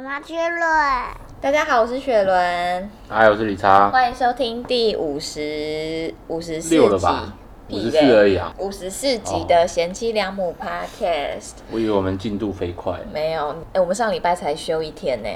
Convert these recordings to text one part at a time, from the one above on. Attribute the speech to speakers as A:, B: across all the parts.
A: 妈去论，
B: 大家好，我是雪伦，
C: 嗨，我是理查，
B: 欢迎收听第五十五十四
C: 六了
B: 集
C: 吧，五十四而已啊，
B: 五十四集的贤妻良母 Podcast、
C: 我以为我们进度飞快，
B: 没有，哎、我们上礼拜才休一天呢、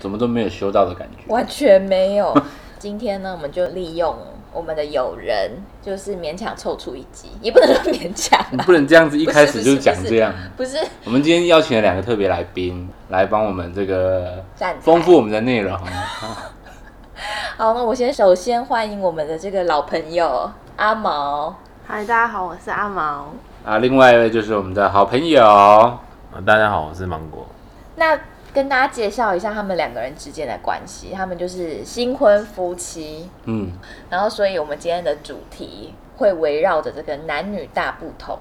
C: 怎么都没有修到的感觉。
B: 完全没 有。今天呢，我们就利用我们的友人，就是勉强凑出一集，也不能说勉强
C: 你
B: 啦，
C: 不能这样子一
B: 一
C: 开始就讲这样。
B: 不是
C: 我们今天邀请了两个特别来宾来帮我们这个
B: 站台
C: 丰富我们的内容。
B: 好，那我先首先欢迎我们的这个老朋友阿毛，
D: 嗨，大家好，我是阿毛。
C: 啊，另外一位就是我们的好朋友，
E: 啊，大家好，我是芒果。
B: 那跟大家介绍一下他们两个人之间的关系，他们就是新婚夫妻，
C: 嗯，
B: 然后所以我们今天的主题会围绕着这个男女大不同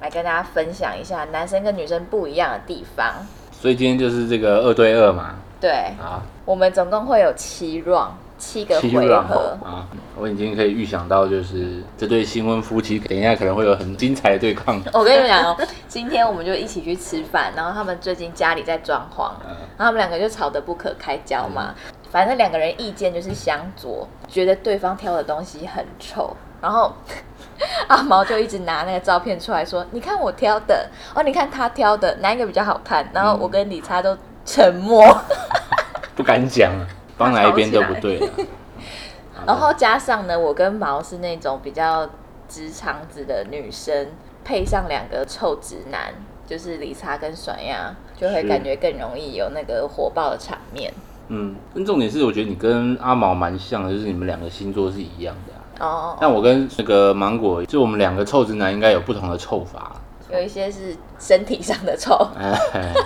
B: 来跟大家分享一下男生跟女生不一样的地方。
C: 所以今天就是这个二对二嘛，
B: 对，
C: 啊，
B: 我们总共会有七 round，七个
C: 七
B: 回
C: 然后
B: 合。
C: 啊，我已经可以预想到，就是这对新婚夫妻等一下可能会有很精彩的对抗。
B: 我跟你们讲哦，今天我们就一起去吃饭，然后他们最近家里在装潢，
C: 嗯
B: 然后他们两个就吵得不可开交嘛。反正两个人意见就是相左，觉得对方挑的东西很丑，然后 阿毛就一直拿那个照片出来说：“你看我挑的，哦，你看他挑的，哪一个比较好看？”然后我跟理查都沉默，
C: 不敢讲啊，帮哪一边都不对啊。 好的
B: 然后加上呢，我跟毛是那种比较直肠子的女生，配上两个臭直男，就是理查跟甩呀，就会
C: 是
B: 感觉更容易有那个火爆的场面。
C: 嗯，跟重点是，我觉得你跟阿毛蛮像的，就是你们两个星座是一样的啊、
B: 哦，
C: 但我跟那个芒果，就我们两个臭直男应该有不同的臭法，
B: 有一些是身体上的臭，
C: 哎，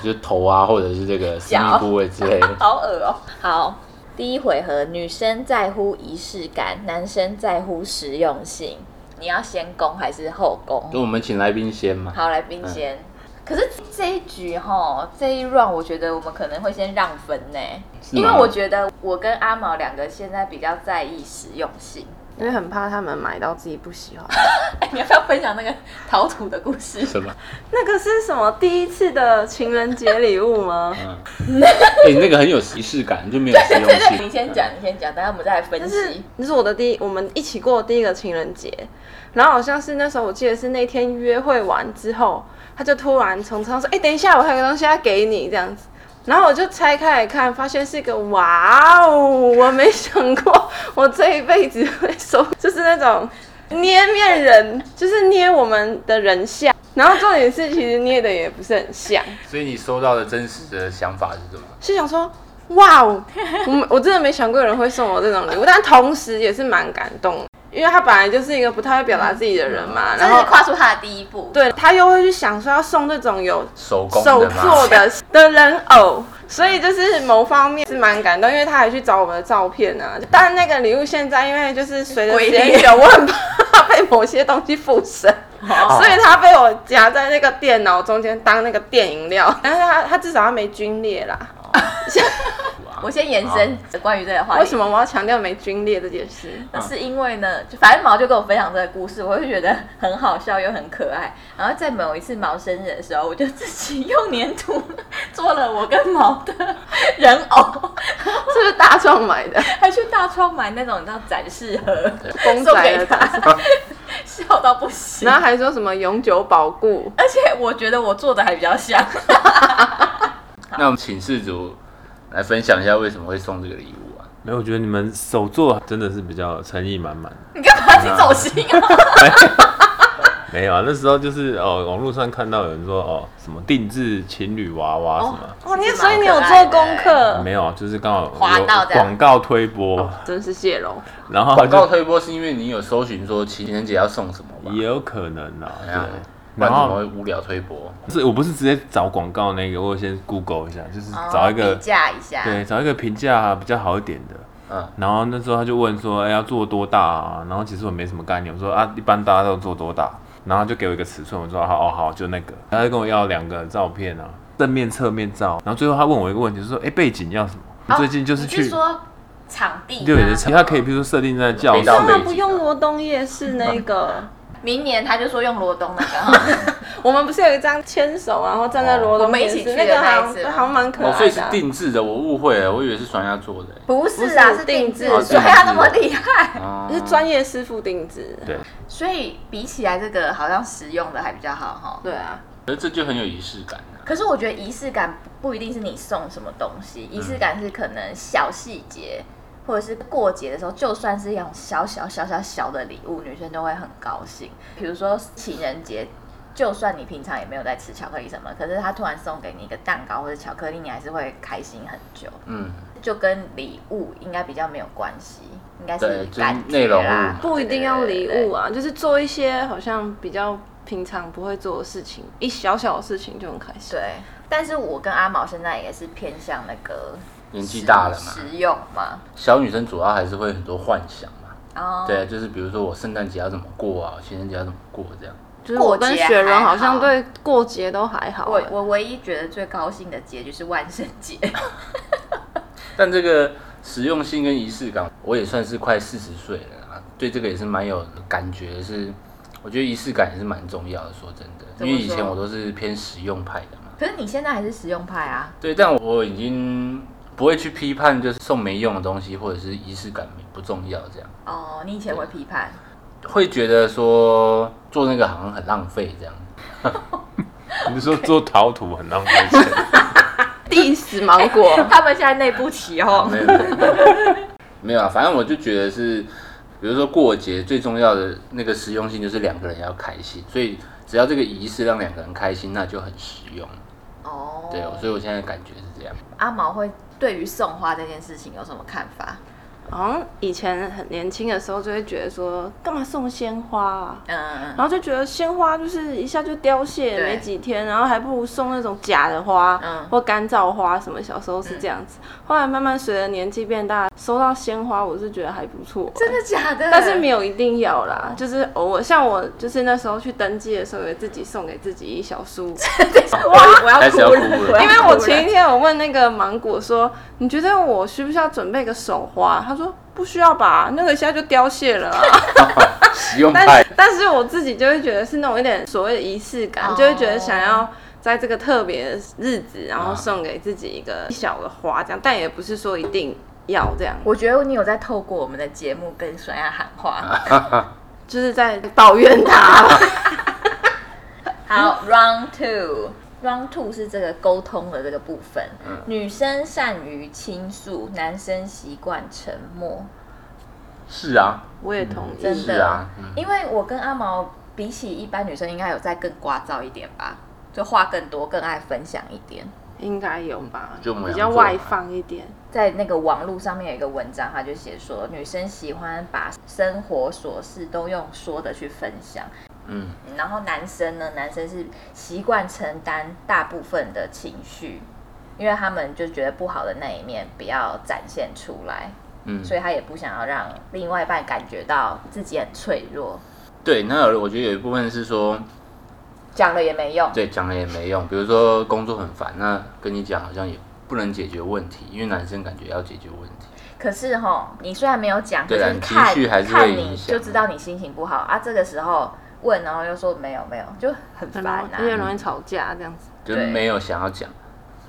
C: 就是头啊，或者是这个私密部位之类的。
B: 好恶哦、好，第一回合，女生在乎仪式感，男生在乎实用性。你要先攻还是后攻？
C: 就我们请来宾先嘛，
B: 好，来冰先。可是这一局哈，这一 round 我觉得我们可能会先让分呢，
C: 是吗
B: 因为我觉得我跟阿毛两个现在比较在意实用性。
D: 因为很怕他们买到自己不喜欢。
B: 哎，你要不要分享那个陶土的故事？
C: 什么？
D: 那个是什么？第一次的情人节礼物吗？
C: 嗯，哎、你那个很有仪式感，就没有实用性。
B: 你先讲，你先讲，等下我们再来分
D: 就是
B: 析。
D: 那是我的第一，我们一起过的第一个情人节。然后好像是那时候，我记得是那天约会完之后，他就突然从车上说：“哎、等一下，我还有个东西要给你。”这样子。然后我就拆开来看，发现是一个哇哦！我没想过我这一辈子会收，就是那种捏面人，就是捏我们的人像。然后重点是，其实捏的也不是很像，
C: 所以你收到的真实的想法是什么？
D: 是想说，哇哦，我没我真的没想过有人会送我这种礼物，但同时也是蛮感动的，因为他本来就是一个不太会表达自己的人嘛，
B: 这嗯
D: 然
B: 是
D: 后
B: 跨出他的第一步。
D: 对他又会去想说要送这种有
C: 手工
D: 手
C: 的
D: 做
C: 吗？
D: 的的人偶，所以就是某方面是蛮感动，因为他还去找我们的照片啊。但那个礼物现在因为就是随着时间久，我很怕被某些东西附身。所以他被我夹在那个电脑中间当那个电饮料，但是他他至少他没皲裂啦。
B: 我先延伸关于这个话题，
D: 为什么我要强调没皲裂这件事？
B: 那是因为呢，就反正毛就跟我分享这个故事，我就觉得很好笑又很可爱。然后在某一次毛生日的时候，我就自己用粘土做了我跟毛的人偶，
D: 是不是大壮买 的？
B: 还去大创买那种你知道展示盒，
D: 公
B: 送
D: 仔
B: 给
D: 的
B: 他
D: 大，
B: 笑到不行
D: 然。后还说什么永久保固？
B: 而且我觉得我做的还比较像，
C: 那我们请事主来分享一下为什么会送这个礼物啊？
E: 没有，我觉得你们手做真的是比较诚意满满。
B: 你干嘛去走心啊？
E: 没有啊，那时候就是哦，网络上看到有人说哦，什么定制情侣娃娃什么，
D: 哇，哦你
B: 其实
D: 所以
B: 蛮
D: 你
B: 可
D: 有
B: 爱
D: 做
B: 的
D: 功课，
E: 没有啊，就是刚好
B: 滑
E: 有
B: 到这样
E: 广告推播，
D: 真是谢龙。
E: 然后
C: 广告
E: 哦就
C: 推播是因为你有搜寻说情人节要送什么吧？
E: 也有可能啊，
C: 哎呀
E: 对。
C: 不然
E: 然
C: 怎么会
E: 后
C: 无聊推播？
E: 是我不是直接找广告那个，我有先 Google 一下，就是找一
B: 比
E: 个
B: 价一下，
E: 对找一个评价比较好一点的。
C: 嗯，
E: 然后那时候他就问说，哎、要做多大啊？然后其实我没什么概念，我说啊，一般大家都做多大？然后他就给我一个尺寸，我说好哦好，就那个。他就跟我要两个照片啊，正面、侧面照。然后最后他问我一个问题，就说，哎、背景要什么？我最近就是
B: 哦你
E: 去
B: 说场地吗，
E: 对，他可以比如说设定在教
C: 背
E: 室
C: 到，
D: 干
C: 背
D: 嘛
C: 景
D: 不用罗东夜市那个？
B: 明年他就说用罗东的刚好，
D: 我们不是有一张牵手，然后站在罗
B: 我
D: 东
B: 们一
D: 夜
B: 起
D: 市，
B: 去的
D: 那个好
B: 那一次
D: 像好像蛮可
C: 哦，所
D: 爱
C: 以是
D: 的啊。嗯
C: 定制的，我误会了，我以为是爽亚做 的。
B: 不是啊，
D: 不是
B: 是定制，
D: 哦定制
B: 所以他那么厉害。
C: 哦
D: 是专业师傅定制。
E: 对，
B: 所以比起来，这个好像实用的还比较好哈。
D: 对啊，
C: 可是这就很有仪式感啊。
B: 可是我觉得仪式感不一定是你送什么东西，
D: 嗯
B: 仪式感是可能小细节，或者是过节的时候，就算是一种小小小小小的礼物，女生都会很高兴。比如说情人节，就算你平常也没有在吃巧克力什么，可是他突然送给你一个蛋糕或者巧克力，你还是会开心很久。
C: 嗯，
B: 就跟礼物应该比较没有关系，应该是
C: 对就是
B: 感
C: 内
B: 觉
C: 容物
B: 啦
C: 嘛，
D: 不一定要礼
B: 对
D: 物。啊，就是做一些好像比较平常不会做的事情，一小小的事情就很开心。
B: 对对对对，但是我跟阿毛现在也是偏向那个
C: 年纪大了嘛
B: 实实用嘛，
C: 小女生主要还是会很多幻想嘛。
B: 哦，
C: 对，啊就是比如说我圣诞节要怎么过啊，情人节要怎么过这样。
D: 就是我跟雪荣好像对过节都还好
B: 我
D: 欸。
B: 我唯一觉得最高兴的节就是万圣节，
C: 但这个实用性跟仪式感，我也算是快四十岁了啊，对这个也是蛮有感觉是。我觉得仪式感也是蛮重要的，说真
B: 怎
C: 的，
B: 么
C: 因为以前
B: 说
C: 我都是偏实用派的嘛。
B: 可是你现在还是实用派啊，
C: 对，但我已经不会去批判，就是送没用的东西，或者是仪式感不重要这样。
B: 哦，你以前会批判，
C: 会觉得说做那个好像很浪费这样。
E: 你说做陶土很浪费钱，
D: diss 芒果
B: 他们现在内部起 哄，
C: 哦没有，没有 没有啊，反正我就觉得是，比如说过节最重要的那个实用性就是两个人要开心，所以只要这个仪式让两个人开心，那就很实用。
B: 哦，
C: 对，所以我现在感觉是这样。
B: 阿毛会对于送花这件事情有什么看法？
D: 好像以前很年轻的时候就会觉得说，干嘛送鲜花啊？
B: 嗯
D: 然后就觉得鲜花就是一下就凋谢，
B: 对
D: 没几天，然后还不如送那种假的花，
B: 嗯
D: 或干燥花什么。小时候是这样子，后来慢慢随着年纪变大，收到鲜花我是觉得还不错，
B: 真的假的？
D: 但是没有一定要啦，就是偶尔。像我就是那时候去登记的时候，也自己送给自己一小束，
B: 哇，我要
C: 开始
B: 哭
C: 要
B: 了，
C: 哭了
B: 我要
D: 因为我
B: 哭了
D: 前一天我问那个芒果说，你觉得我需不需要准备个手花？他说不需要吧，那个一下就凋谢了啊。
C: 实用
B: 哎
D: 但
C: 派
D: 是，但是我自己就会觉得是那种有点所谓的仪式感
B: 哦
D: 就会觉得想要在这个特别的日子，然后送给自己一个小的花，这样，但也不是说一定要这样，
B: 我觉得你有在透过我们的节目跟孙亚喊话。
D: 就是在抱 怨他。
B: 好，Round Two。Round Two 是这个沟通的这个部分，女生善于倾诉，男生习惯沉默。
C: 是啊，
D: 我也同意，
B: 真
C: 是
B: 的
C: 啊，嗯
B: 因为我跟阿毛比起一般女生，应该有再更聒噪一点吧，就话更多，更爱分享一点。
D: 应该有吧，
C: 就母羊座
D: 比较外放一点。
B: 在那个网络上面有一个文章，他就写说，女生喜欢把生活琐事都用说的去分享，
C: 嗯，
B: 然后男生呢，男生是习惯承担大部分的情绪，因为他们就觉得不好的那一面不要展现出来，
C: 嗯
B: 所以他也不想要让另外一半感觉到自己很脆弱，
C: 对，那有我觉得有一部分是说，
B: 讲了也没用。
C: 对，讲了也没用。比如说工作很烦，那跟你讲好像也不能解决问题，因为男生感觉要解决问题。
B: 可是哈，你虽然没有讲，可
C: 对啊
B: 是看
C: 情绪还是会
B: 看
C: 影
B: 你
C: 响啊
B: 就知道你心情不好啊。这个时候问，然后又说没有没有，就很烦
D: 很容
B: 啊
D: 易，。而且容易吵架这样子。
C: 就
B: 对
C: 没有想要讲。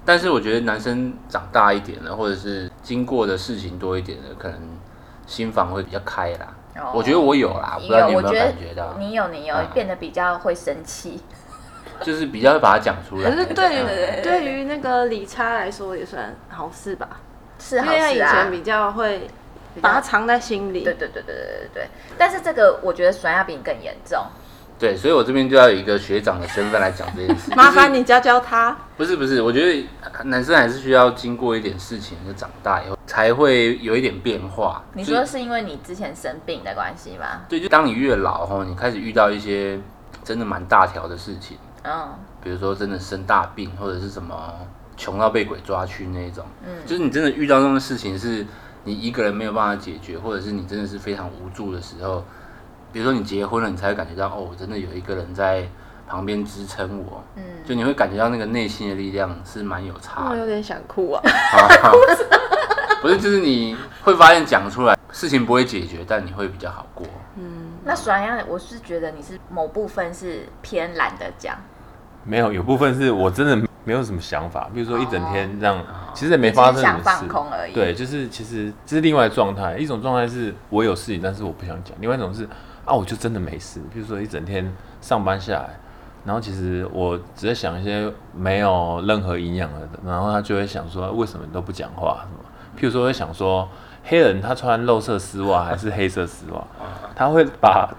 C: 但是我觉得男生长大一点了，或者是经过的事情多一点了，可能心房会比较开啦。
D: 啊
B: 哦
C: 我觉得我有啦，不
B: 你
C: 知道
B: 有，
C: 你有
B: 我
C: 没有
B: 得
C: 感觉到，
B: 你有你有
C: 嗯
B: 变得比较会生气。
C: 就是比较会把它讲 出来。
D: 可是对
C: 嗯
D: 于对于那个理查来说也算好事吧，
B: 是
D: 因
B: 好
D: 为他以
B: 事啊
D: 前，比较会
B: 比较
D: 把它藏在心里。
B: 对。对对对对对对。但是这个我觉得酸亚比你更严重，
C: 对，所以我这边就要有一个学长的身份来讲这件事
D: 麻烦你教教他，
C: 不是不是，我觉得男生还是需要经过一点事情，就长大以后才会有一点变化。
B: 你
C: 就
B: 说是因为你之前生病的关系吗？
C: 对，就当你越老后，你开始遇到一些真的蛮大条的事情，
B: 嗯，
C: 比如说真的生大病，或者是什么穷到被鬼抓去那一种，
B: 嗯
C: 就是你真的遇到那种事情是你一个人没有办法解决，或者是你真的是非常无助的时候，比如说你结婚了，你才会感觉到哦，我真的有一个人在旁边支撑我，嗯，就你会感觉到那个内心的力量是蛮有差的
D: 我 啊 有，点想哭啊。
C: 不是，就是你会发现讲出来事情不会解决，但你会比较好过。
B: 那耍样，我是觉得你是某部分是偏懒得讲，
E: 没有，有部分是我真的没有什么想法，比如说一整天让，其实也没
B: 哦你只是
E: 发生什
B: 想
E: 么事，
B: 放空而已
E: 对，就是其实这是另外状态，一种状态是我有事情，但是我不想讲；，另外一种是啊，我就真的没事。比如说一整天上班下来，然后其实我只在想一些没有任何营养的，然后他就会想说，为什么你都不讲话？什么？譬如说会想说，黑人他穿肉色丝袜还是黑色丝袜？他会把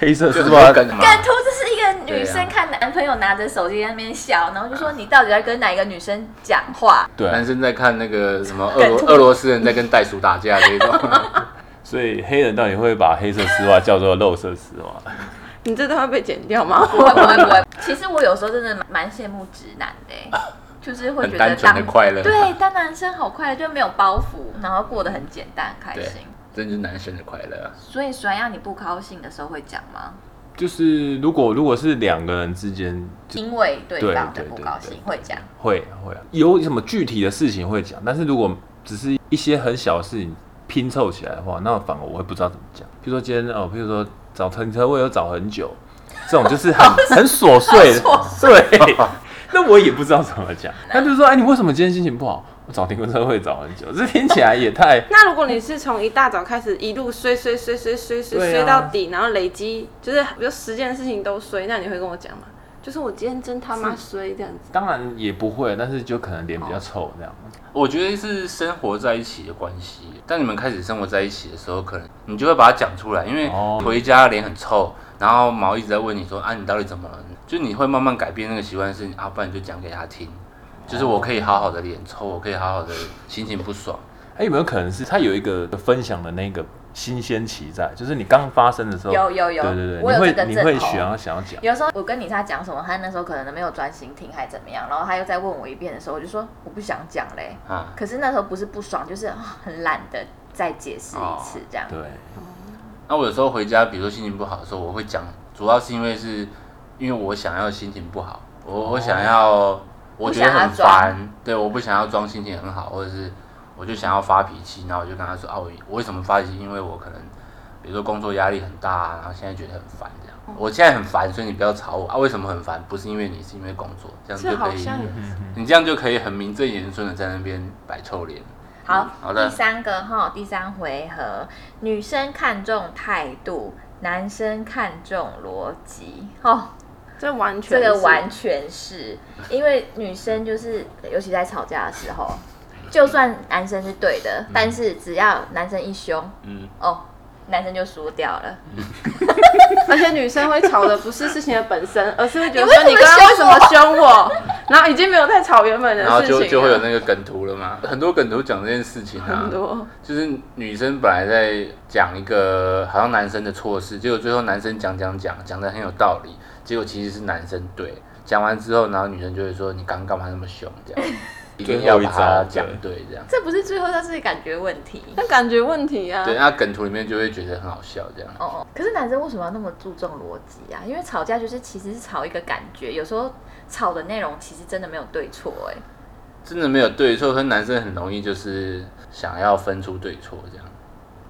E: 黑色丝袜
C: 干嘛？
B: 干突这是一个女
C: 对
B: 生
C: 啊
B: 看男朋友拿着手机在那边笑，然后就说你到底在跟哪一个女生讲 话？
E: 对，
C: 男生在看那个什么俄罗俄罗斯人在跟袋鼠打架这种，
E: 所以黑人到底会把黑色丝袜叫做肉色丝袜？
D: 你这段会被剪掉吗？
B: 不会不会不会，其实我有时候真的蛮蛮羡慕直男的欸、就是会
C: 很
B: 觉得
C: 单
B: 当
C: 纯的快乐，啊
B: 对当男生好快乐，就没有包袱，然后过得很简单很开
C: 对
B: 心。
C: 这就是男生的快乐。啊
B: 所以甩让你不高兴的时候会讲吗？
E: 就是如果如果是两个人之间，就
B: 因为对
E: 对
B: 方的
E: 对
B: 不
E: 对
B: 高
E: 对
B: 兴会讲。
E: 会会啊有什么具体的事情会讲，但是如果只是一些很小的事情拼凑起来的话，那反而我会不知道怎么讲。譬如说今天哦，譬如说找停车位又找很久，这种就是 很很琐碎的，对。那我也不知道怎么讲，那就是说，哎，你为什么今天心情不好？我找停车位找很久，这听起来也太
D: 那如果你是从一大早开始一路衰衰衰衰衰衰
E: 对啊
D: 衰到底，然后累积就是比如十件事情都衰，那你会跟我讲吗？就是我今天真他妈衰这样子。
E: 当然也不会，但是就可能脸比较臭这样。
C: 我觉得是生活在一起的关系。当你们开始生活在一起的时候，可能你就会把它讲出来，因为
E: 哦
C: 回家脸很臭，然后毛一直在问你说啊，你到底怎么了？就你会慢慢改变那个习惯，是你啊，不然你就讲给他听，就是我可以好好的脸臭，我可以好好的心情不爽。
E: 哎，有没有可能是他有一个分享的那个新鲜期在，就是你刚发生的时候，
B: 有有有
E: 对对对，
B: 我有这个
E: 你会你
B: 症
E: 会
B: 头
E: 想要想要讲，
B: 有时候我跟你他讲什么，他那时候可能没有专心听，还怎么样，然后他又再问我一遍的时候，我就说我不想讲嘞。
C: 啊，
B: 可是那时候不是不爽，就是啊很懒得再解释一次这样。
E: 对，
C: 那我有时候回家，比如说心情不好的时候，我会讲，主要是因为是因为我想要心情不好，我
D: 哦
C: 我想要，我觉得很
B: 不想要
C: 烦，对，我不想要装心情很好，或者是我就想要发脾气，然后我就跟他说啊，我我为什么发脾气？因为我可能比如说工作压力很大啊，然后现在觉得很烦这样。
D: 哦
C: 我现在很烦，所以你不要吵我啊！为什么很烦？不是因为你，是因为工作，
B: 嗯
C: 这样
D: 这
C: 就
D: 好
C: 可以，
D: 像
E: 嗯
C: 你这样就可以很名正言顺的在那边摆臭脸。
B: 好，
C: 好的
B: 第三个哈，第三回合，女生看重态度，男生看重逻辑。哦，
D: 这完全
B: 这个
D: 是
B: 完全是因为女生就是，尤其在吵架的时候，就算男生是对的，但是只要男生一凶，
C: 嗯，
B: 哦，男生就输掉了。
D: 而且女生会吵的不是事情的本身，而是会觉得
B: 你为什么
D: 说你刚刚为什么
B: 凶
D: 凶我，然后已经没有在吵原本的
C: 然后
D: 事情
C: 就
D: 了，
C: 就会有那个梗图了嘛，很多梗图讲这件事情啊，
D: 很多。
C: 就是女生本来在讲一个好像男生的错事，结果最后男生讲讲讲讲的很有道理，结果其实是男生对。讲完之后，然后女生就会说：“你刚干嘛那么凶？”这样一定要把它讲对，这样
B: 这不是最后，但是感觉问题。
D: 那感觉问题啊
C: 对。，那梗图里面就会觉得很好笑，这样
B: 哦哦，可是男生为什么要那么注重逻辑啊？因为吵架就是其实是吵一个感觉，有时候吵的内容其实真的没有对错哎、
C: 真的没有对错，跟男生很容易就是想要分出对错这样。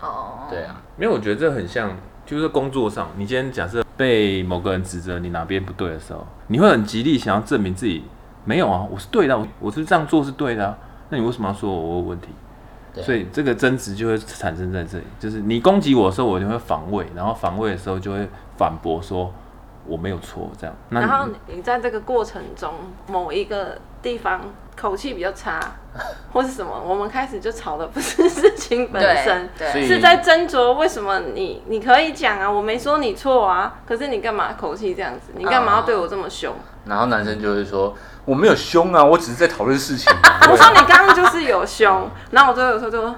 B: 哦，
C: 对，啊，
E: 没有，我觉得这很像，就是工作上，你今天假设被某个人指责你哪边不对的时候，你会很极力想要证明自己没有啊，我是对的啊，我我是这样做是对的啊，那你为什么要说我有问题？
C: 对啊
E: 所以这个争执就会产生在这里，就是你攻击我的时候，我就会防卫，然后防卫的时候就会反驳说我没有错，这样。那
D: 然后
E: 你
D: 你在这个过程中，某一个地方口气比较差，或是什么，我们开始就吵的不是事情本身
B: 对，
C: 所以
B: 对，
D: 是在斟酌为什么你你可以讲啊，我没说你错啊，可是你干嘛口气这样子？你干嘛要对我这么凶？
C: 然后男生就会说：“我没有凶啊，我只是在讨论事情啊。
D: 我说你刚刚就是有凶， 然后我就有时候就说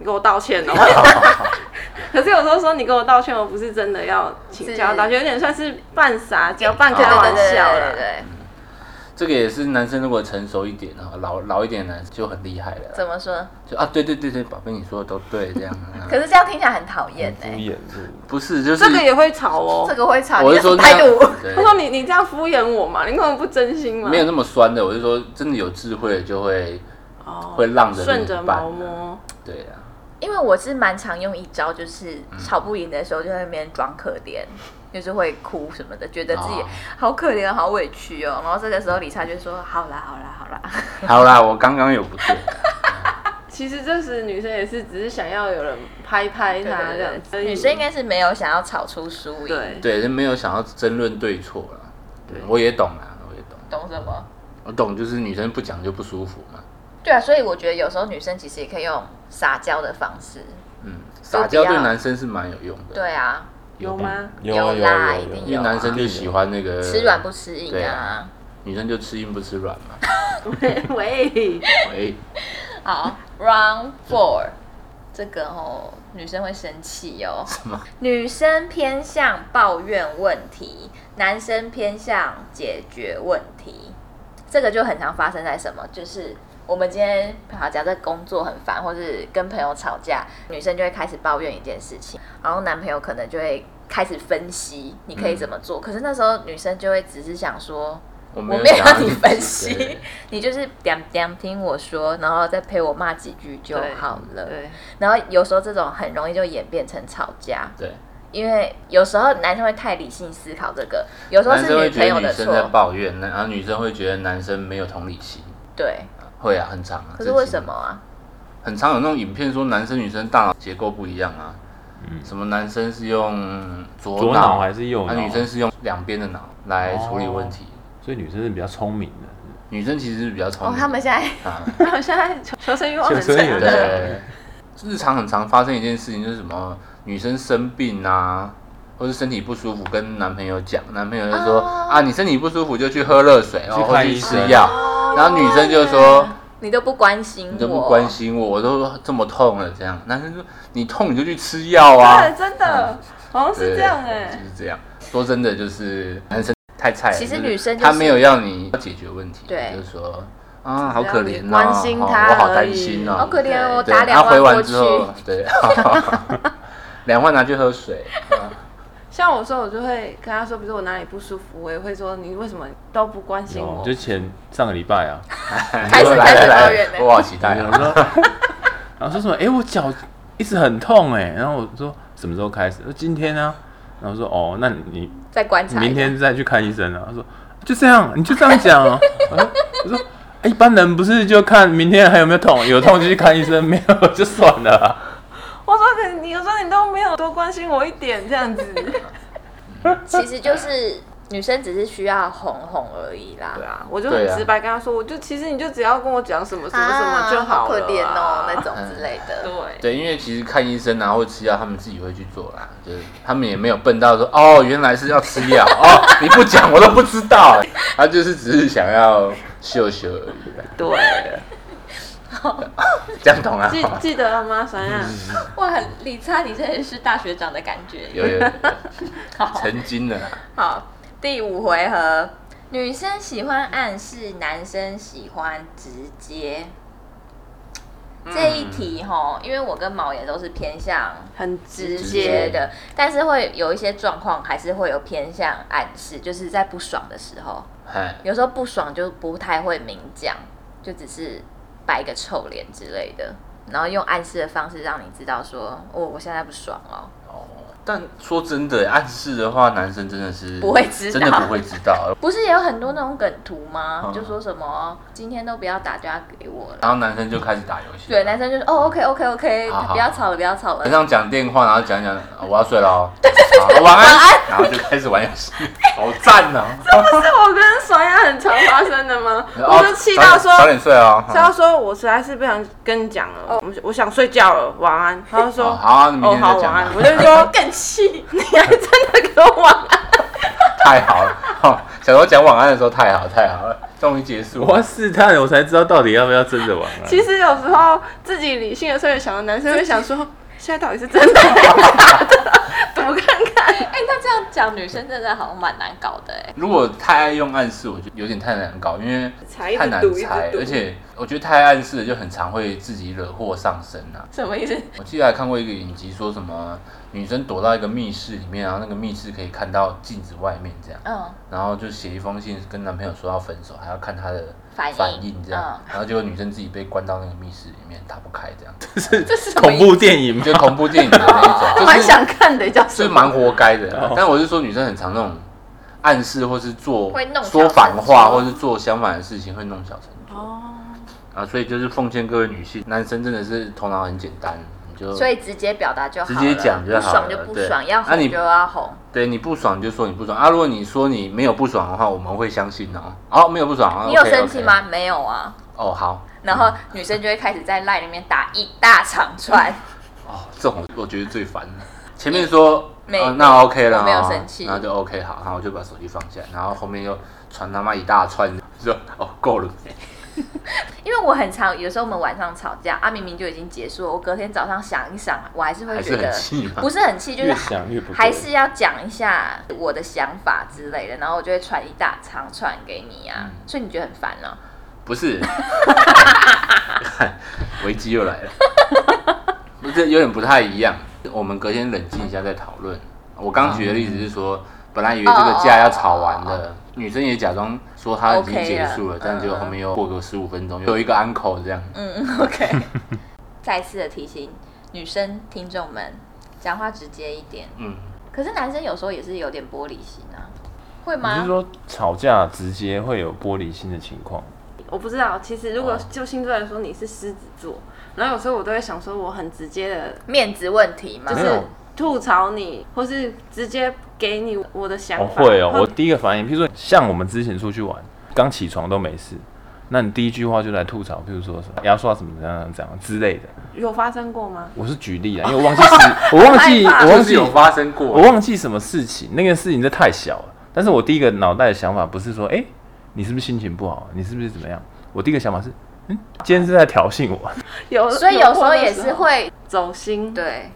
D: 你给我道歉哦。 可是有时候说你给我道歉，我不是真的要请教道歉，有点算是半傻，只要半开玩笑
B: 对对
D: 了。
B: 对，”
C: 这个也是男生如果成熟一点啊，老老一点的男生就很厉害了啦。
B: 怎么说？
C: 就啊，对对对对，宝贝，你说的都对，这样。啊
B: 可是这样听起来很讨厌
E: 敷
B: 哎、
E: 衍是不
C: 不
E: 是
C: 是，就是
D: 这个也会吵哦
B: 这。个会吵，
C: 我
B: 你
C: 是
B: 的
C: 说
B: 态度。
C: 对
D: 他说你你这样敷衍我嘛，你根本不真心嘛。
C: 没有那么酸的，我是说真的有智慧的就会
D: 哦
C: 会让着
D: 顺
C: 另
D: 着
C: 一半
D: 毛摸。
C: 对啊，
B: 因为我是蛮常用一招，就是吵不赢的时候就在那边装可怜，就是会哭什么的，觉得自己
C: 哦
B: 好可怜、好委屈哦。然后这个时候理查就说：“好啦，好啦，好啦。
C: 好啦，我刚刚有不对，啊
D: 其实这时女生也是只是想要有人拍拍”她这样子而已，
B: 女生应该是没有想要吵出输赢，
D: 对
C: 对，就没有想要争论对错啦。嗯
D: 对
C: 我也懂啦，我也懂，
B: 懂什么？
C: 我懂，就是女生不讲就不舒服嘛。
B: 对啊，所以我觉得有时候女生其实也可以用撒娇的方式。
C: 嗯，
B: 就
C: 撒娇
B: 比
C: 对
B: 较
C: 男生是蛮有用的。
B: 对啊，
D: 有吗？
E: 有
B: 有
E: 啊有
B: 啦
E: 啊有
B: 一
E: 啊
B: 定
C: 因
B: 有
C: 为
B: 啊
C: 男生就喜欢那个
B: 吃软不，吃硬
C: 对
B: 啊
C: 啊。女生就吃硬不吃软 嘛。
D: 喂，
C: 喂，
B: 好，Round Four，这个哦，女生会生气哦。什
C: 么？
B: 女生偏向抱怨问题，男生偏向解决问题。这个就很常发生在什么？就是我们今天好假设工作很烦，或是跟朋友吵架，女生就会开始抱怨一件事情，然后男朋友可能就会开始分析你可以怎么做。可是那时候女生就会只是想说，我
C: 我没
B: 没有
C: 想要
B: 让你分
C: 对对
B: 析
C: 对，
B: 你就是点点听我说，然后再陪我骂几句就好了。
D: 对，
B: 然后有时候这种很容易就演变成吵架，
C: 对，
B: 因为有时候男生会太理性思考这个，有时候
C: 男
B: 是
C: 生会
B: 女
C: 觉
B: 朋友
C: 得
B: 的
C: 女生在
B: 错。
C: 抱怨，那然后女生会觉得男生没有同理心，
B: 对，
C: 会啊，很长啊。
B: 可
C: 这
B: 是为
C: 情
B: 什么啊？
C: 很常有那种影片说男生女生大脑结构不一样啊，什么男生是用左
E: 嗯左脑还是右
C: 那、
E: 脑？啊哦
C: 女生是用两边的脑来处理问题，
E: 所以女生是比较聪明的，
C: 女生其实是比较聪
B: 哦
C: 明，的。
B: 他们现在
C: 啊，
D: 好像求求生欲望很
E: 求生欲
D: 强啊
E: 很
D: 的，
C: 对，日常很常发生一件事情就是什么女生生病啊，或是身体不舒服跟男朋友讲，男朋友就说、
B: 哦
C: 啊你身体不舒服就去喝热水，然后
E: 去
C: 或
E: 看
C: 去
E: 医
C: 吃
E: 生
C: 药，
B: 哦
C: 然后女生就说。
B: 你都不关心我，
C: 你都不关心我，我都这么痛了，这样男生说你痛你就去吃药啊，
D: 对，真的好像是这样
C: 对
D: 哎
C: 就。是这样。说真的，就是男生太菜了。
B: 其实
C: 就是
B: 女生就是
C: 她没有要你要解决问题，
B: 对
C: 就是说啊，好可怜哦，
D: 关心
C: 哦
D: 她
C: 我好
D: 而
C: 担
D: 已
C: 心哦，
B: 好可怜哦，我
C: 对
B: 打
C: 她
B: 两
C: 回
B: 万
C: 完
B: 过
C: 之
B: 去，
C: 后，对， 两万拿去喝水，啊
D: 像我说，我就会跟他说，比如说我哪里不舒服，我也会说你为什么都不关心
E: 有
D: 我
E: 就？前上个礼拜啊，
B: 开始
C: 来
B: 开始
C: 来来
B: 抱怨了
C: 我好期待
E: 然
C: 哦
E: 后说， 然后说什么？哎、我脚一直很痛哎、然后我说什么时候开始？说今天啊。然后说哦，那你
B: 再观察一下。
E: 明天再去看医生啊。他说就这样，你就这样讲哦。我说我说哎一般人不是就看明天还有没有痛，有痛就去看 医生，没有就算了啊、
D: 我说可你有时候你都没有多关心我一点这样子，
B: 其实就是女生只是需要哄哄而已啦。
D: 对啊，我就很直白跟他说，我就其实你就只要跟我讲什么什么什么就
B: 啊好
D: 了、
B: 可怜哦，那
D: 种
B: 种之类
C: 嗯
B: 的。
D: 对，
C: 对，因为其实看医生啊或吃药，他们自己会去做啦，就是他们也没有笨到说哦，原来是要吃药哦，你不讲我都不知道，他就是只是想要秀秀而已啦，
D: 对，
C: 这样懂啊？
D: 记记得了吗？闪亮，
B: 哇，李灿，你真的是大学长的感觉。
C: 有有有，
B: 好
C: 曾经的啦，
B: 好，第五回合，女生喜欢暗示，男生喜欢直接。
D: 嗯
B: 这一题哈，因为我跟毛也都是偏向
D: 很
B: 直
D: 直
B: 接
D: 接
B: 的，但是会有一些状况，还是会有偏向暗示，就是在不爽的时候，
C: 哎，
B: 有时候不爽就不太会明讲，就只是摆个臭脸之类的，然后用暗示的方式让你知道说，哦，我现在不爽哦。
C: 哦，但说真的，暗示的话，男生真的是
B: 不会知道
C: 真的不会知道。
B: 不是也有很多那种梗图吗？
C: 嗯
B: 就说什么哦今天都不要打电话给我了。
C: 然后男生就开始打游戏，
B: 对，男生就是哦，OK OK OK，
C: 好好
B: 不要吵了，不要吵了
C: 晚。上讲电话，然后讲一讲，啊我要睡了哦，好晚安，然后就开始玩游戏，好赞哦！
D: 是我跟爽雅很常发生的吗？
C: 哦
D: 我就气到说
C: 早点早点睡哦。
D: 他说我实在是不想跟你讲了，我们我想睡觉了，晚安。他就说、
C: 哦好啊那明
D: 哦
C: 天再
D: 好
C: 讲
D: 晚
C: 吧
D: 安，我就说更气，你还真的给我晚安，
C: 太好了， 哦小时候讲晚安的时候太好太好了，终于 结束
E: 我要
C: 了。
E: 试探，我才知道到底要不要真的玩、啊。
D: 其实有时候自己理性的时候，也想到男生会想说，现在到底是真的还是假的？赌看看。
B: 哎、他这样讲，女生真的好像蛮难搞的哎。
C: 如果太爱用暗示，我觉得有点太难搞，因为
D: 才一直
C: 太难
D: 赌一直
C: 猜，
D: 赌
C: 而且我觉得太暗示了就很常会自己惹祸上身啊。
B: 什么意思？
C: 我记得还看过一个影集，说什么女生躲到一个密室里面，然后那个密室可以看到镜子外面这样，
B: 嗯，
C: 然后就写一封信跟男朋友说要分手，还要看他的
B: 反
D: 哎
B: 应
C: 反应这样
B: 嗯，
C: 然后结果女生自己被关到那个密室里面打不开这样，
B: 这是什么
E: 恐
B: 意思
E: 怖电影吗
C: 就恐怖电影的
B: 嗯
C: 那一种，就
D: 蛮
C: 是
D: 想看的，叫
C: 就
D: 什
C: 是
D: 么？
C: 蛮活该的啊。但我是说女生很常那种暗示或是做
B: 会弄巧
C: 说反
B: 成拙
C: 话，或是做相反的事情，会弄小成拙
D: 哦，
C: 啊。所以就是奉劝各位女性，男生真的是头脑很简单，你就
B: 所以直接表达就好了，
C: 直接讲就好了
B: 不爽就不爽，
C: 对
B: 要
C: 那
B: 哄
C: 你啊
B: 就要哄。
C: 对你不爽就说你不爽啊。如果你说你没有不爽的话，我们会相信哦。哦，没有不爽啊，
B: 你有
C: OK，
B: 生气
C: OK
B: 吗？没有啊。
C: 哦，好。
B: 然后女生就会开始在赖里面打一大长串，
C: 哦，这种我觉得最烦了。前面说
B: 没
C: 哦那 OK 了哦，
B: 我没有生气
C: 然后就 OK 好，然后我就把手机放下，然后后面又传他妈一大串，就说哦够了没？
B: 因为我很常有时候我们晚上吵架，啊明明就已经结束了，我隔天早上想一想，我还是会
C: 还
B: 觉
C: 是
B: 得
C: 很气嘛
B: 不。是很气，就
E: 越
B: 是
E: 想越不对
B: 还是要讲一下我的想法之类的，然后我就会传一大长串给你啊，
C: 嗯
B: 所以你觉得很烦哦呢、
C: 不是，危机又来了，不是有点不太一样。我们隔天冷静一下再讨论。我刚举的例子是说，本来以为这个架要吵完
B: 哦
C: 了，女生也假装说她已经
B: OK
C: 结
B: 了
C: 束了，但结果
B: 嗯
C: 后面又过个十五分钟，又有一个 uncle 这样。
B: 嗯，OK。再次的提醒女生听众们，讲话直接一点。
C: 嗯，
B: 可是男生有时候也是有点玻璃心啊，会
E: 你是
B: 吗？
E: 说吵架直接会有玻璃心的情况？
D: 我不知道。其实如果
E: 哦
D: 就星座来说，你是狮子座，然后有时候我都会想说，我很直接的，
B: 面子问题吗？
D: 就
E: 没
D: 是
E: 有
D: 吐槽你，或是直接给你我的想
E: 哦，
D: 法。
E: 会哦。
D: 或
E: 我第一个反应，譬如说像我们之前出去玩，刚起床都没事，那你第一句话就来吐槽，譬如说什么牙刷什么怎样怎样之类的。
D: 有发生过吗？
E: 我是举例啊，因为我忘记是，我忘记，
B: 好害怕
E: 我
C: 就
E: 忘
C: 是
E: 记
C: 有发生过，
E: 我忘记什么事情，那个事情这太小了。但是我第一个脑袋的想法不是说，哎、你是不是心情不好？啊你是不是怎么样？我第一个想法是，嗯，今天是在挑衅我。
D: 有，
B: 所以有时候也
D: 有
B: 是
D: 过的时候
B: 会
D: 走心。
B: 对，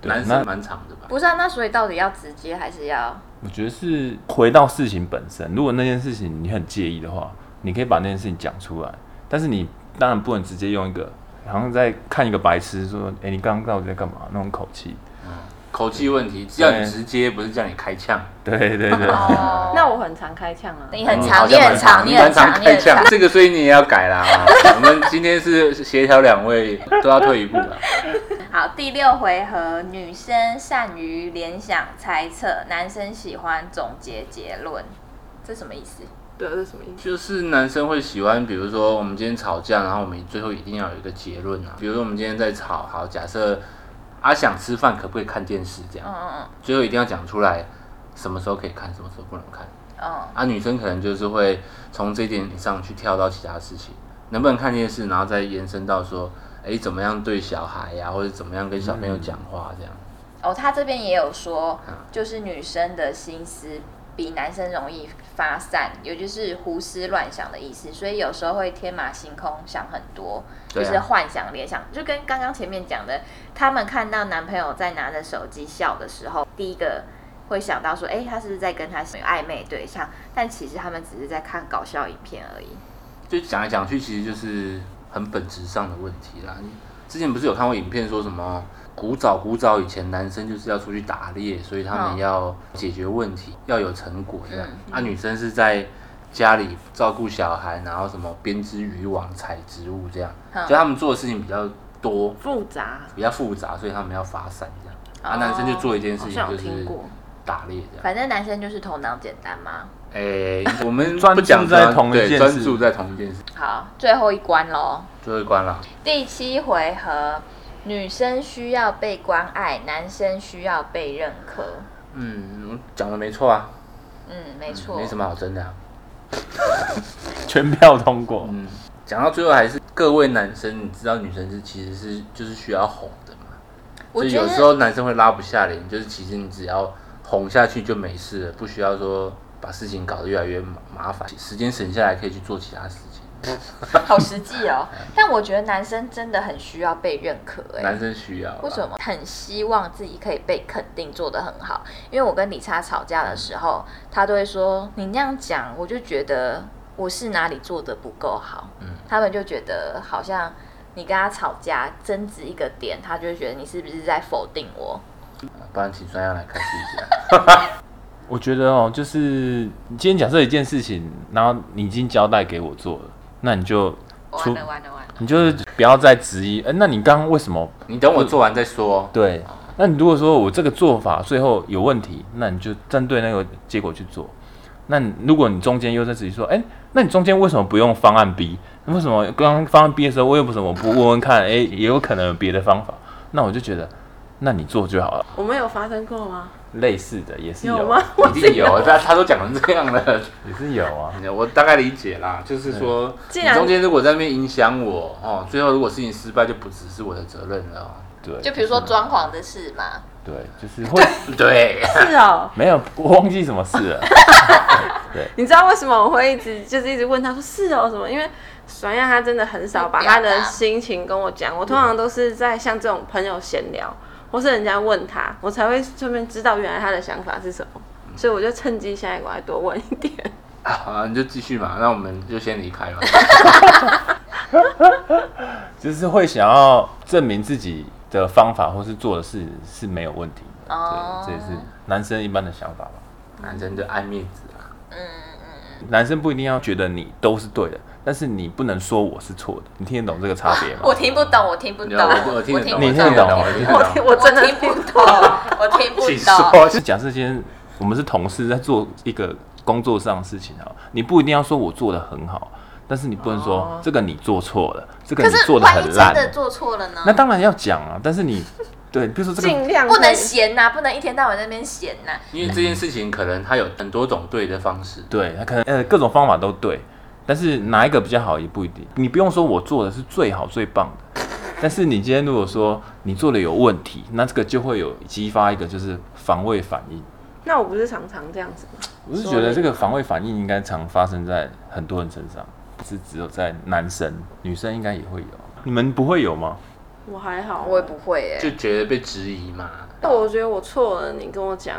E: 对
C: 男生
E: 那
C: 蛮长的吧？
B: 不是啊？那所以到底要直接还是要？
E: 我觉得是回到事情本身。如果那件事情你很介意的话，你可以把那件事情讲出来，但是你当然不能直接用一个好像在看一个白痴说，哎、你刚刚到底在干嘛那种口气。
C: 口气问题，叫你
E: 对
C: 直接，不是叫你开呛。
E: 对对 对，
B: 哦
D: 那我很常开腔啊，
B: 你很
C: 你
B: 长，
C: 嗯好
B: 你嗯
C: 像
B: 很
C: 蛮
B: 长，
C: 你
B: 很
C: 蛮
B: 长，
C: 常
B: 你
C: 开
B: 很长
C: 呛。，这个所以你也要改啦。啊我们今天是协调两位都要退一步了。
B: 好，第六回合，女生善于联想猜测，男生喜欢总结结论，这什么意思？
D: 对，啊这是什么意思？
C: 就是男生会喜欢，比如说我们今天吵架，然后我们最后一定要有一个结论啊。比如说我们今天在吵，好，假设阿想吃饭可不可以看电视这样，
B: 嗯嗯
C: 最后一定要讲出来什么时候可以看，什么时候不能看。
B: 嗯嗯，
C: 啊，女生可能就是会从这一点上去跳到其他事情，能不能看电视，然后再延伸到说，哎，怎么样对小孩呀、或者怎么样跟小朋友讲话这样。
B: 哦，他这边也有说，
C: 嗯
B: 就是女生的心思比男生容易发散，也就是胡思乱想的意思，所以有时候会天马行空想很多，就
C: 对啊
B: 是幻想联想，就跟刚刚前面讲的，他们看到男朋友在拿着手机笑的时候，第一个。会想到说，哎、他是不是在跟他暧昧对象？但其实他们只是在看搞笑影片而已。
C: 就讲来讲去，其实就是很本质上的问题啦。你之前不是有看过影片说什么？古早古早以前，男生就是要出去打猎，所以他
B: 嗯
D: 哦
C: 们要解决问题，要有成果这样
B: 嗯。
C: 啊，女生是在家里照顾小孩，然后什么编织渔网、采植物这样，
B: 嗯
C: 就他们做的事情比较多，
D: 复杂，
C: 比较复杂，所以他们要发散这样。啊，
B: 哦
C: 男生就做一件
D: 哦好
C: 事情
D: 像有
C: 就
D: 听
C: 是
D: 过。
C: 打猎这样。
B: 反正男生就是头脑简单嘛。
C: 哎， 我们
E: 专
C: 不讲
E: 注在
C: 专
E: 同一
C: 对
E: 件
C: 专
E: 事
C: 注在同一件事，
B: 好，最后一关喽。
C: 最后一关了。
B: 第七回合，女生需要被关爱，男生需要被认可。
C: 嗯，我讲的没错啊。
B: 嗯，没错，
C: 没什
B: 么。
C: 么好争的、啊。
E: 全票通过。
C: 嗯，讲到最后还是各位男生，你知道女生是其实是就是需要哄的嘛，
B: 我
C: 所以
B: 觉
C: 有
B: 得
C: 时候男生会拉不下脸，就是其实你只要哄下去就没事了，不需要说把事情搞得越来越麻麻烦，时间省下来可以去做其他事情。
B: 好实际 哦，但我觉得男生真的很需要被认可哎、
C: 男生啊需要啦
B: 为什？么很希望自己可以被肯定做得很好？因为我跟李叉吵架的时候，他都会说你那样讲，我就觉得我是哪里做得不够好。
C: 嗯
B: 他们就觉得好像你跟他吵架争执一个点，他就会觉得你是不是在否定我？
C: 不然请专家来开示一下。
E: 我觉得哦，就是你今天假设一件事情，然后你已经交代给我做了，那你就
B: 完了完了完了，
E: 你就是不要再质疑，哎、那你刚刚为什么
C: 你等我做完 再说。哦
E: 对？那你如果说我这个做法最后有问题，那你就针对那个结果去做。那你如果你中间又在质疑说，哎、那你中间为什么不用方案 B？为什么刚刚方案 B 的时候，为什么不问问看？哎、也有可能有别的方法。那我就觉得，那你做就好了。
D: 我们有发生过吗？
E: 类似的也是有，啊
D: 有吗？
C: 一定有，他他都讲成这样了，
E: 也是有啊。
C: 我大概理解啦，就是说，
D: 既
C: 你
D: 然
C: 中间如果在那边影响我哦，最后如果事情失败，就不只是我的责任了哦。
E: 对，
B: 就比如说装潢的事嘛，
E: 对，就是 会
C: 对，
D: 是哦，
E: 没有，我忘记什么事 了。
D: 你知道为什么我会一直就是一直问他说是哦什么？因为爽亚他真的很少把他的心情跟我讲，我通常都是在像这种朋友闲聊，或是人家问他，我才会顺便知道原来他的想法是什么。所以我就趁机现在过来多问一点。
C: 好啊，你就继续嘛，那我们就先离开吧。
E: 就是会想要证明自己的方法或是做的事是没有问题的。
B: 哦
E: 对，这也是男生一般的想法吧。
C: 男生就爱面子啊，
E: 男生不一定要觉得你都是对的，但是你不能说我是错的。你听得懂这个差别 吗？
B: 我听不懂，我听不
C: 你
B: 懂，
C: 知道我我听得懂，
E: 你
C: 我
E: 听得懂
C: 我听
D: 我
C: 得懂。
D: 我真的
B: 我听不懂，我听不
C: 请
B: 懂。
C: 说，
E: 是假设今天我们是同事，在做一个工作上的事情啊，你不一定要说我做的很好，但是你不能说、这个你做错了，这个
B: 哦可
E: 你
B: 是
E: 做的
B: 万一
E: 很
B: 真
E: 烂。
B: 的做错了呢
E: 那？当然要讲啊，但是你对，比如说这个
D: 尽量
B: 不
D: 可
B: 能
D: 以
B: 闲呐、不能一天到晚在那边闲呐、
C: 因为这件事情可能他有很多种对的方式，
E: 对他可能呃各种方法都对，但是哪一个比较好也不一定。你不用说我做的是最好最棒的， 但是你今天如果说你做的有问题，那这个就会有激发一个就是防卫反应。
D: 那我不是常常这样子吗？
E: 我是觉得这个防卫反应应该常发生在很多人身上，不是只有在男生，女生应该也会有。你们不会有吗？
D: 我还好，啊
B: 我也不会耶、
C: 就觉得被质疑嘛。
D: 但我觉得我错了，你跟我讲，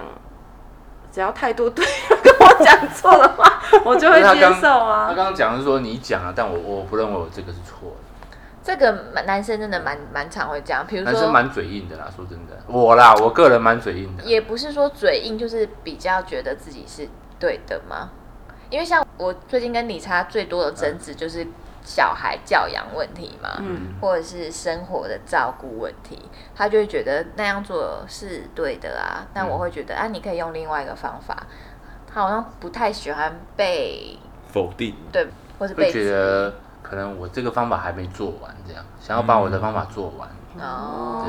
D: 只要态度对 了，跟我讲错的话，我就会
C: 因为他
D: 接
C: 刚
D: 受
C: 他
D: 啊。
C: 刚刚讲是说你讲啊，但我我不认为我这个是错的，
B: 这个蛮男生真的蛮蛮常会这样，比如
C: 男生
B: 说
C: 蛮嘴硬的啦，说真的，我啦，我个人蛮嘴硬的。
B: 也不是说嘴硬，就是比较觉得自己是对的嘛。因为像我最近跟理查最多的
C: 嗯
B: 争执就是小孩教养问题嘛，
D: 嗯，
B: 或者是生活的照顾问题，他就会觉得那样做是对的啊。但
C: 嗯
B: 我会觉得、啊，你可以用另外一个方法。他好像不太喜欢被
E: 否定。
B: 对，或是
C: 会
B: 被
C: 觉得可能我这个方法还没做完，这样想要把我的方法做完。
B: 哦，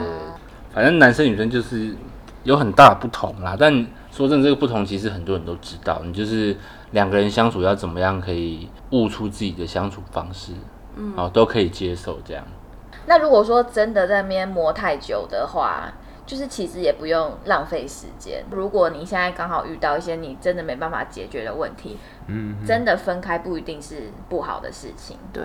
C: 反正男生女生就是有很大的不同啦，但说真的，这个不同其实很多人都知道，你就是两个人相处要怎么样可以悟出自己的相处方式，嗯，哦，都可以接受这样。
B: 那如果说真的在那边磨太久的话，就是其实也不用浪费时间。如果你现在刚好遇到一些你真的没办法解决的问题，
E: 嗯，
B: 真的分开不一定是不好的事情。
D: 对。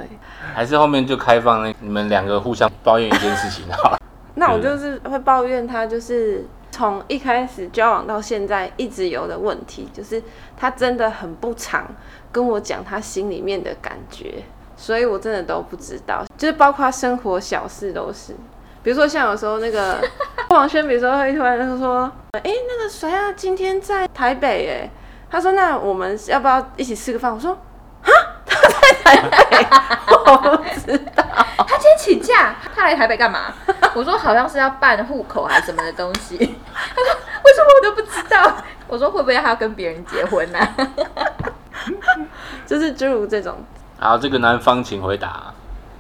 C: 还是后面就开放那你们两个互相抱怨一件事情好了。
D: 那我就是会抱怨他，就是从一开始交往到现在一直有的问题，就是他真的很不常跟我讲他心里面的感觉，所以我真的都不知道，就是包括生活小事都是。比如说像有时候那个黄轩，比如说会突然就说：“哎、那个谁啊，今天在台北哎。”他说：“那我们要不要一起吃个饭？”我说：“
B: 哦他今天请假，他来台北干嘛？ 我说好像是要办户口还是什么的东西。 他说为什么我都不知道？我说会不会他要跟别人结婚呢、啊？
D: 就是诸如这种，
C: 好，这个男方请回答。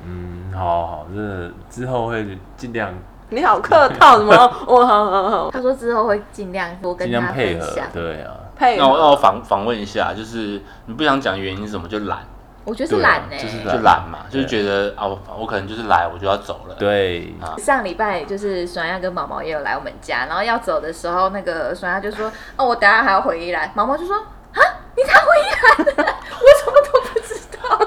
E: 嗯，好好，这之后会尽量
D: 你好客套，怎么？我好好好，
B: 他说之后会尽量多跟
E: 尽
B: 他
E: 量配
B: 分
E: 合
B: 享。，
E: 对啊，
D: 配
C: 那我
D: 合
C: 那我访访问一下，就是你不想讲原因是什么，就懒，
B: 我觉得是懒欸呢、
E: 对啊就是懒
C: 就懒嘛，就
E: 对
C: 是觉得啊，我我可能就是来，我就要走了。，
E: 对，啊
B: 上礼拜就是爽亚跟毛毛也有来我们家，然后要走的时候，那个爽亚就说：“哦，我等下还要回宜兰。”毛毛就说：“啊，你才回宜兰呢、 我怎么都不知道，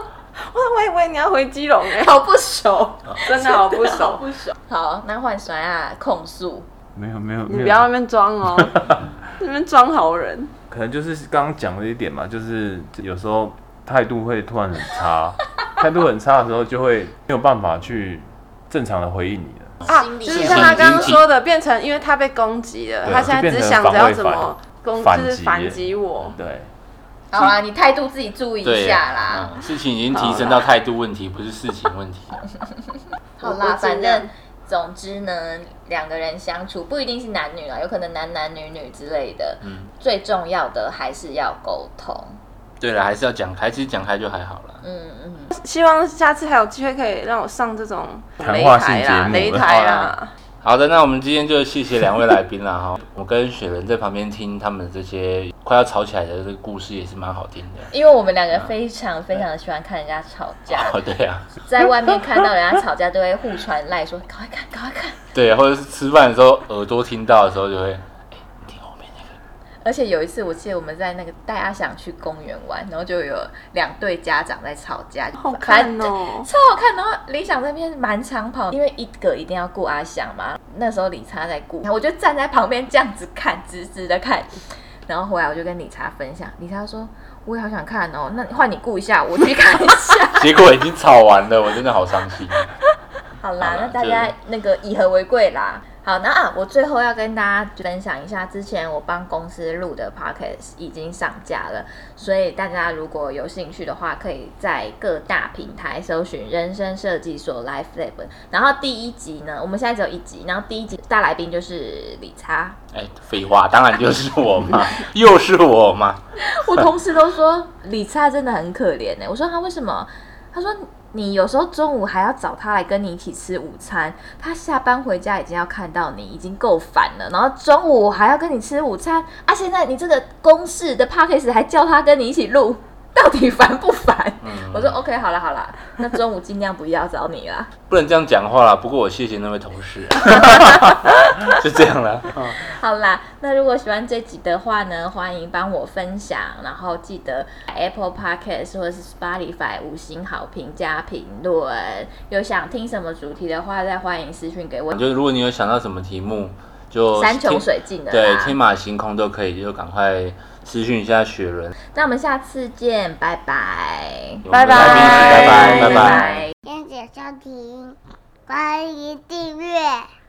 D: 我以为你要回基隆哎、
B: 好不熟，
D: 真的好不熟。
B: 不熟。”好，那换爽亚控诉，
E: 没有没有，
D: 你
E: 没有
D: 不要在那边装哦，在那边装好人。
E: 可能就是刚刚讲的一点嘛，就是有时候态度会突然很差，态度很差的时候就会没有办法去正常的回应你了。
D: 啊，
B: 心里
D: 就是
B: 有
D: 像他刚刚
C: 已经
D: 说的，变成因为他被攻击了，
E: 对
D: 他现在只想着要怎么攻，
E: 就变成防卫反
D: 就是反击我。
E: 对，
B: 哦好啦，你态度自己注意一
C: 对
B: 下啦。
C: 嗯事情已经提升到态度问题，不是事情问题。
B: 好
D: 我
B: 啦，
D: 我尽
B: 反
D: 量
B: 正总之呢，两个人相处不一定是男女啦，有可能男男女女之类的。
C: 嗯，
B: 最重要的还是要沟通。
C: 对了，还是要讲开，其实讲开就还好了。
B: 嗯嗯，
D: 希望下次还有机会可以让我上这种
E: 谈话性节目
D: 擂台啦，擂台
C: 好
D: 啦
C: 啊。好的，那我们今天就谢谢两位来宾了 哈。我跟雪人在旁边听他们这些快要吵起来的这个故事，也是蛮好听的。
B: 因为我们两个非
C: 嗯
B: 常非常的喜欢看人家吵架，
C: 哦，对啊，
B: 在外面看到人家吵架都会互传赖说赶快看，赶快看。
C: 对，啊或者是吃饭的时候耳朵听到的时候就会，哎、你听后面那个，
B: 而且有一次，我记得我们在那个带阿翔去公园玩，然后就有两对家长在吵架，
D: 好
B: 反
D: 看
B: 正
D: 哦！
B: 超好看。然后李想那边蛮长跑，因为一个一定要顾阿翔嘛，那时候李查在顾，我就站在旁边这样子看，直直的看。然后后来我就跟李查分享，李查说我也好想看哦，那换你顾一下，我去看一下。
C: 结果已经吵完了，我真的好伤心。
B: 好
C: 好
B: 啦
C: 啦，
B: 那大
C: 就
B: 家那个以和为贵啦。好，那啊，我最后要跟大家分享一下，之前我帮公司录的 podcast 已经上架了，所以大家如果有兴趣的话，可以在各大平台搜寻“人生设计所 Life Lab”。然后第一集呢，我们现在只有一集，然后第一集大来宾就是理查，
C: 哎、废话，当然就是我嘛， 又是我嘛。
B: 我同事都说理查真的很可怜呢、欸我说他为什么？他说你有时候中午还要找他来跟你一起吃午餐，他下班回家已经要看到你，已经够烦了。然后中午还要跟你吃午餐，啊，现在你这个公事的 p a c k a g e 还叫他跟你一起录，到底烦不烦？
C: 嗯
B: 我说 OK，好了好了，那中午尽量不要找你啦。
C: 不能这样讲话啦。不过我谢谢那位同事， 就这样啦。
B: 好啦，那如果喜欢这集的话呢，欢迎帮我分享，然后记得 Apple Podcast 或是 Spotify 五星好评加评论。有想听什么主题的话，再欢迎私讯给我。
C: 就是如果你有想到什么题目，就
B: 山穷
C: 听
B: 水尽
D: 啊
B: 的
C: 对
B: 啦。
C: 天马行空都可以，就赶快私讯一下雪人。
B: 那我们下次见，拜拜，
C: 我们的
D: 拜
C: 来宾拜拜，拜拜。
B: 拜。
A: 谢谢收听，欢迎订阅，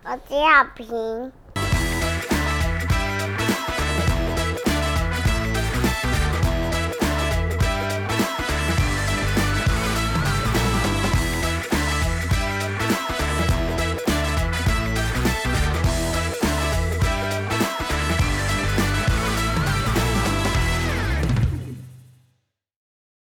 A: 我是小平，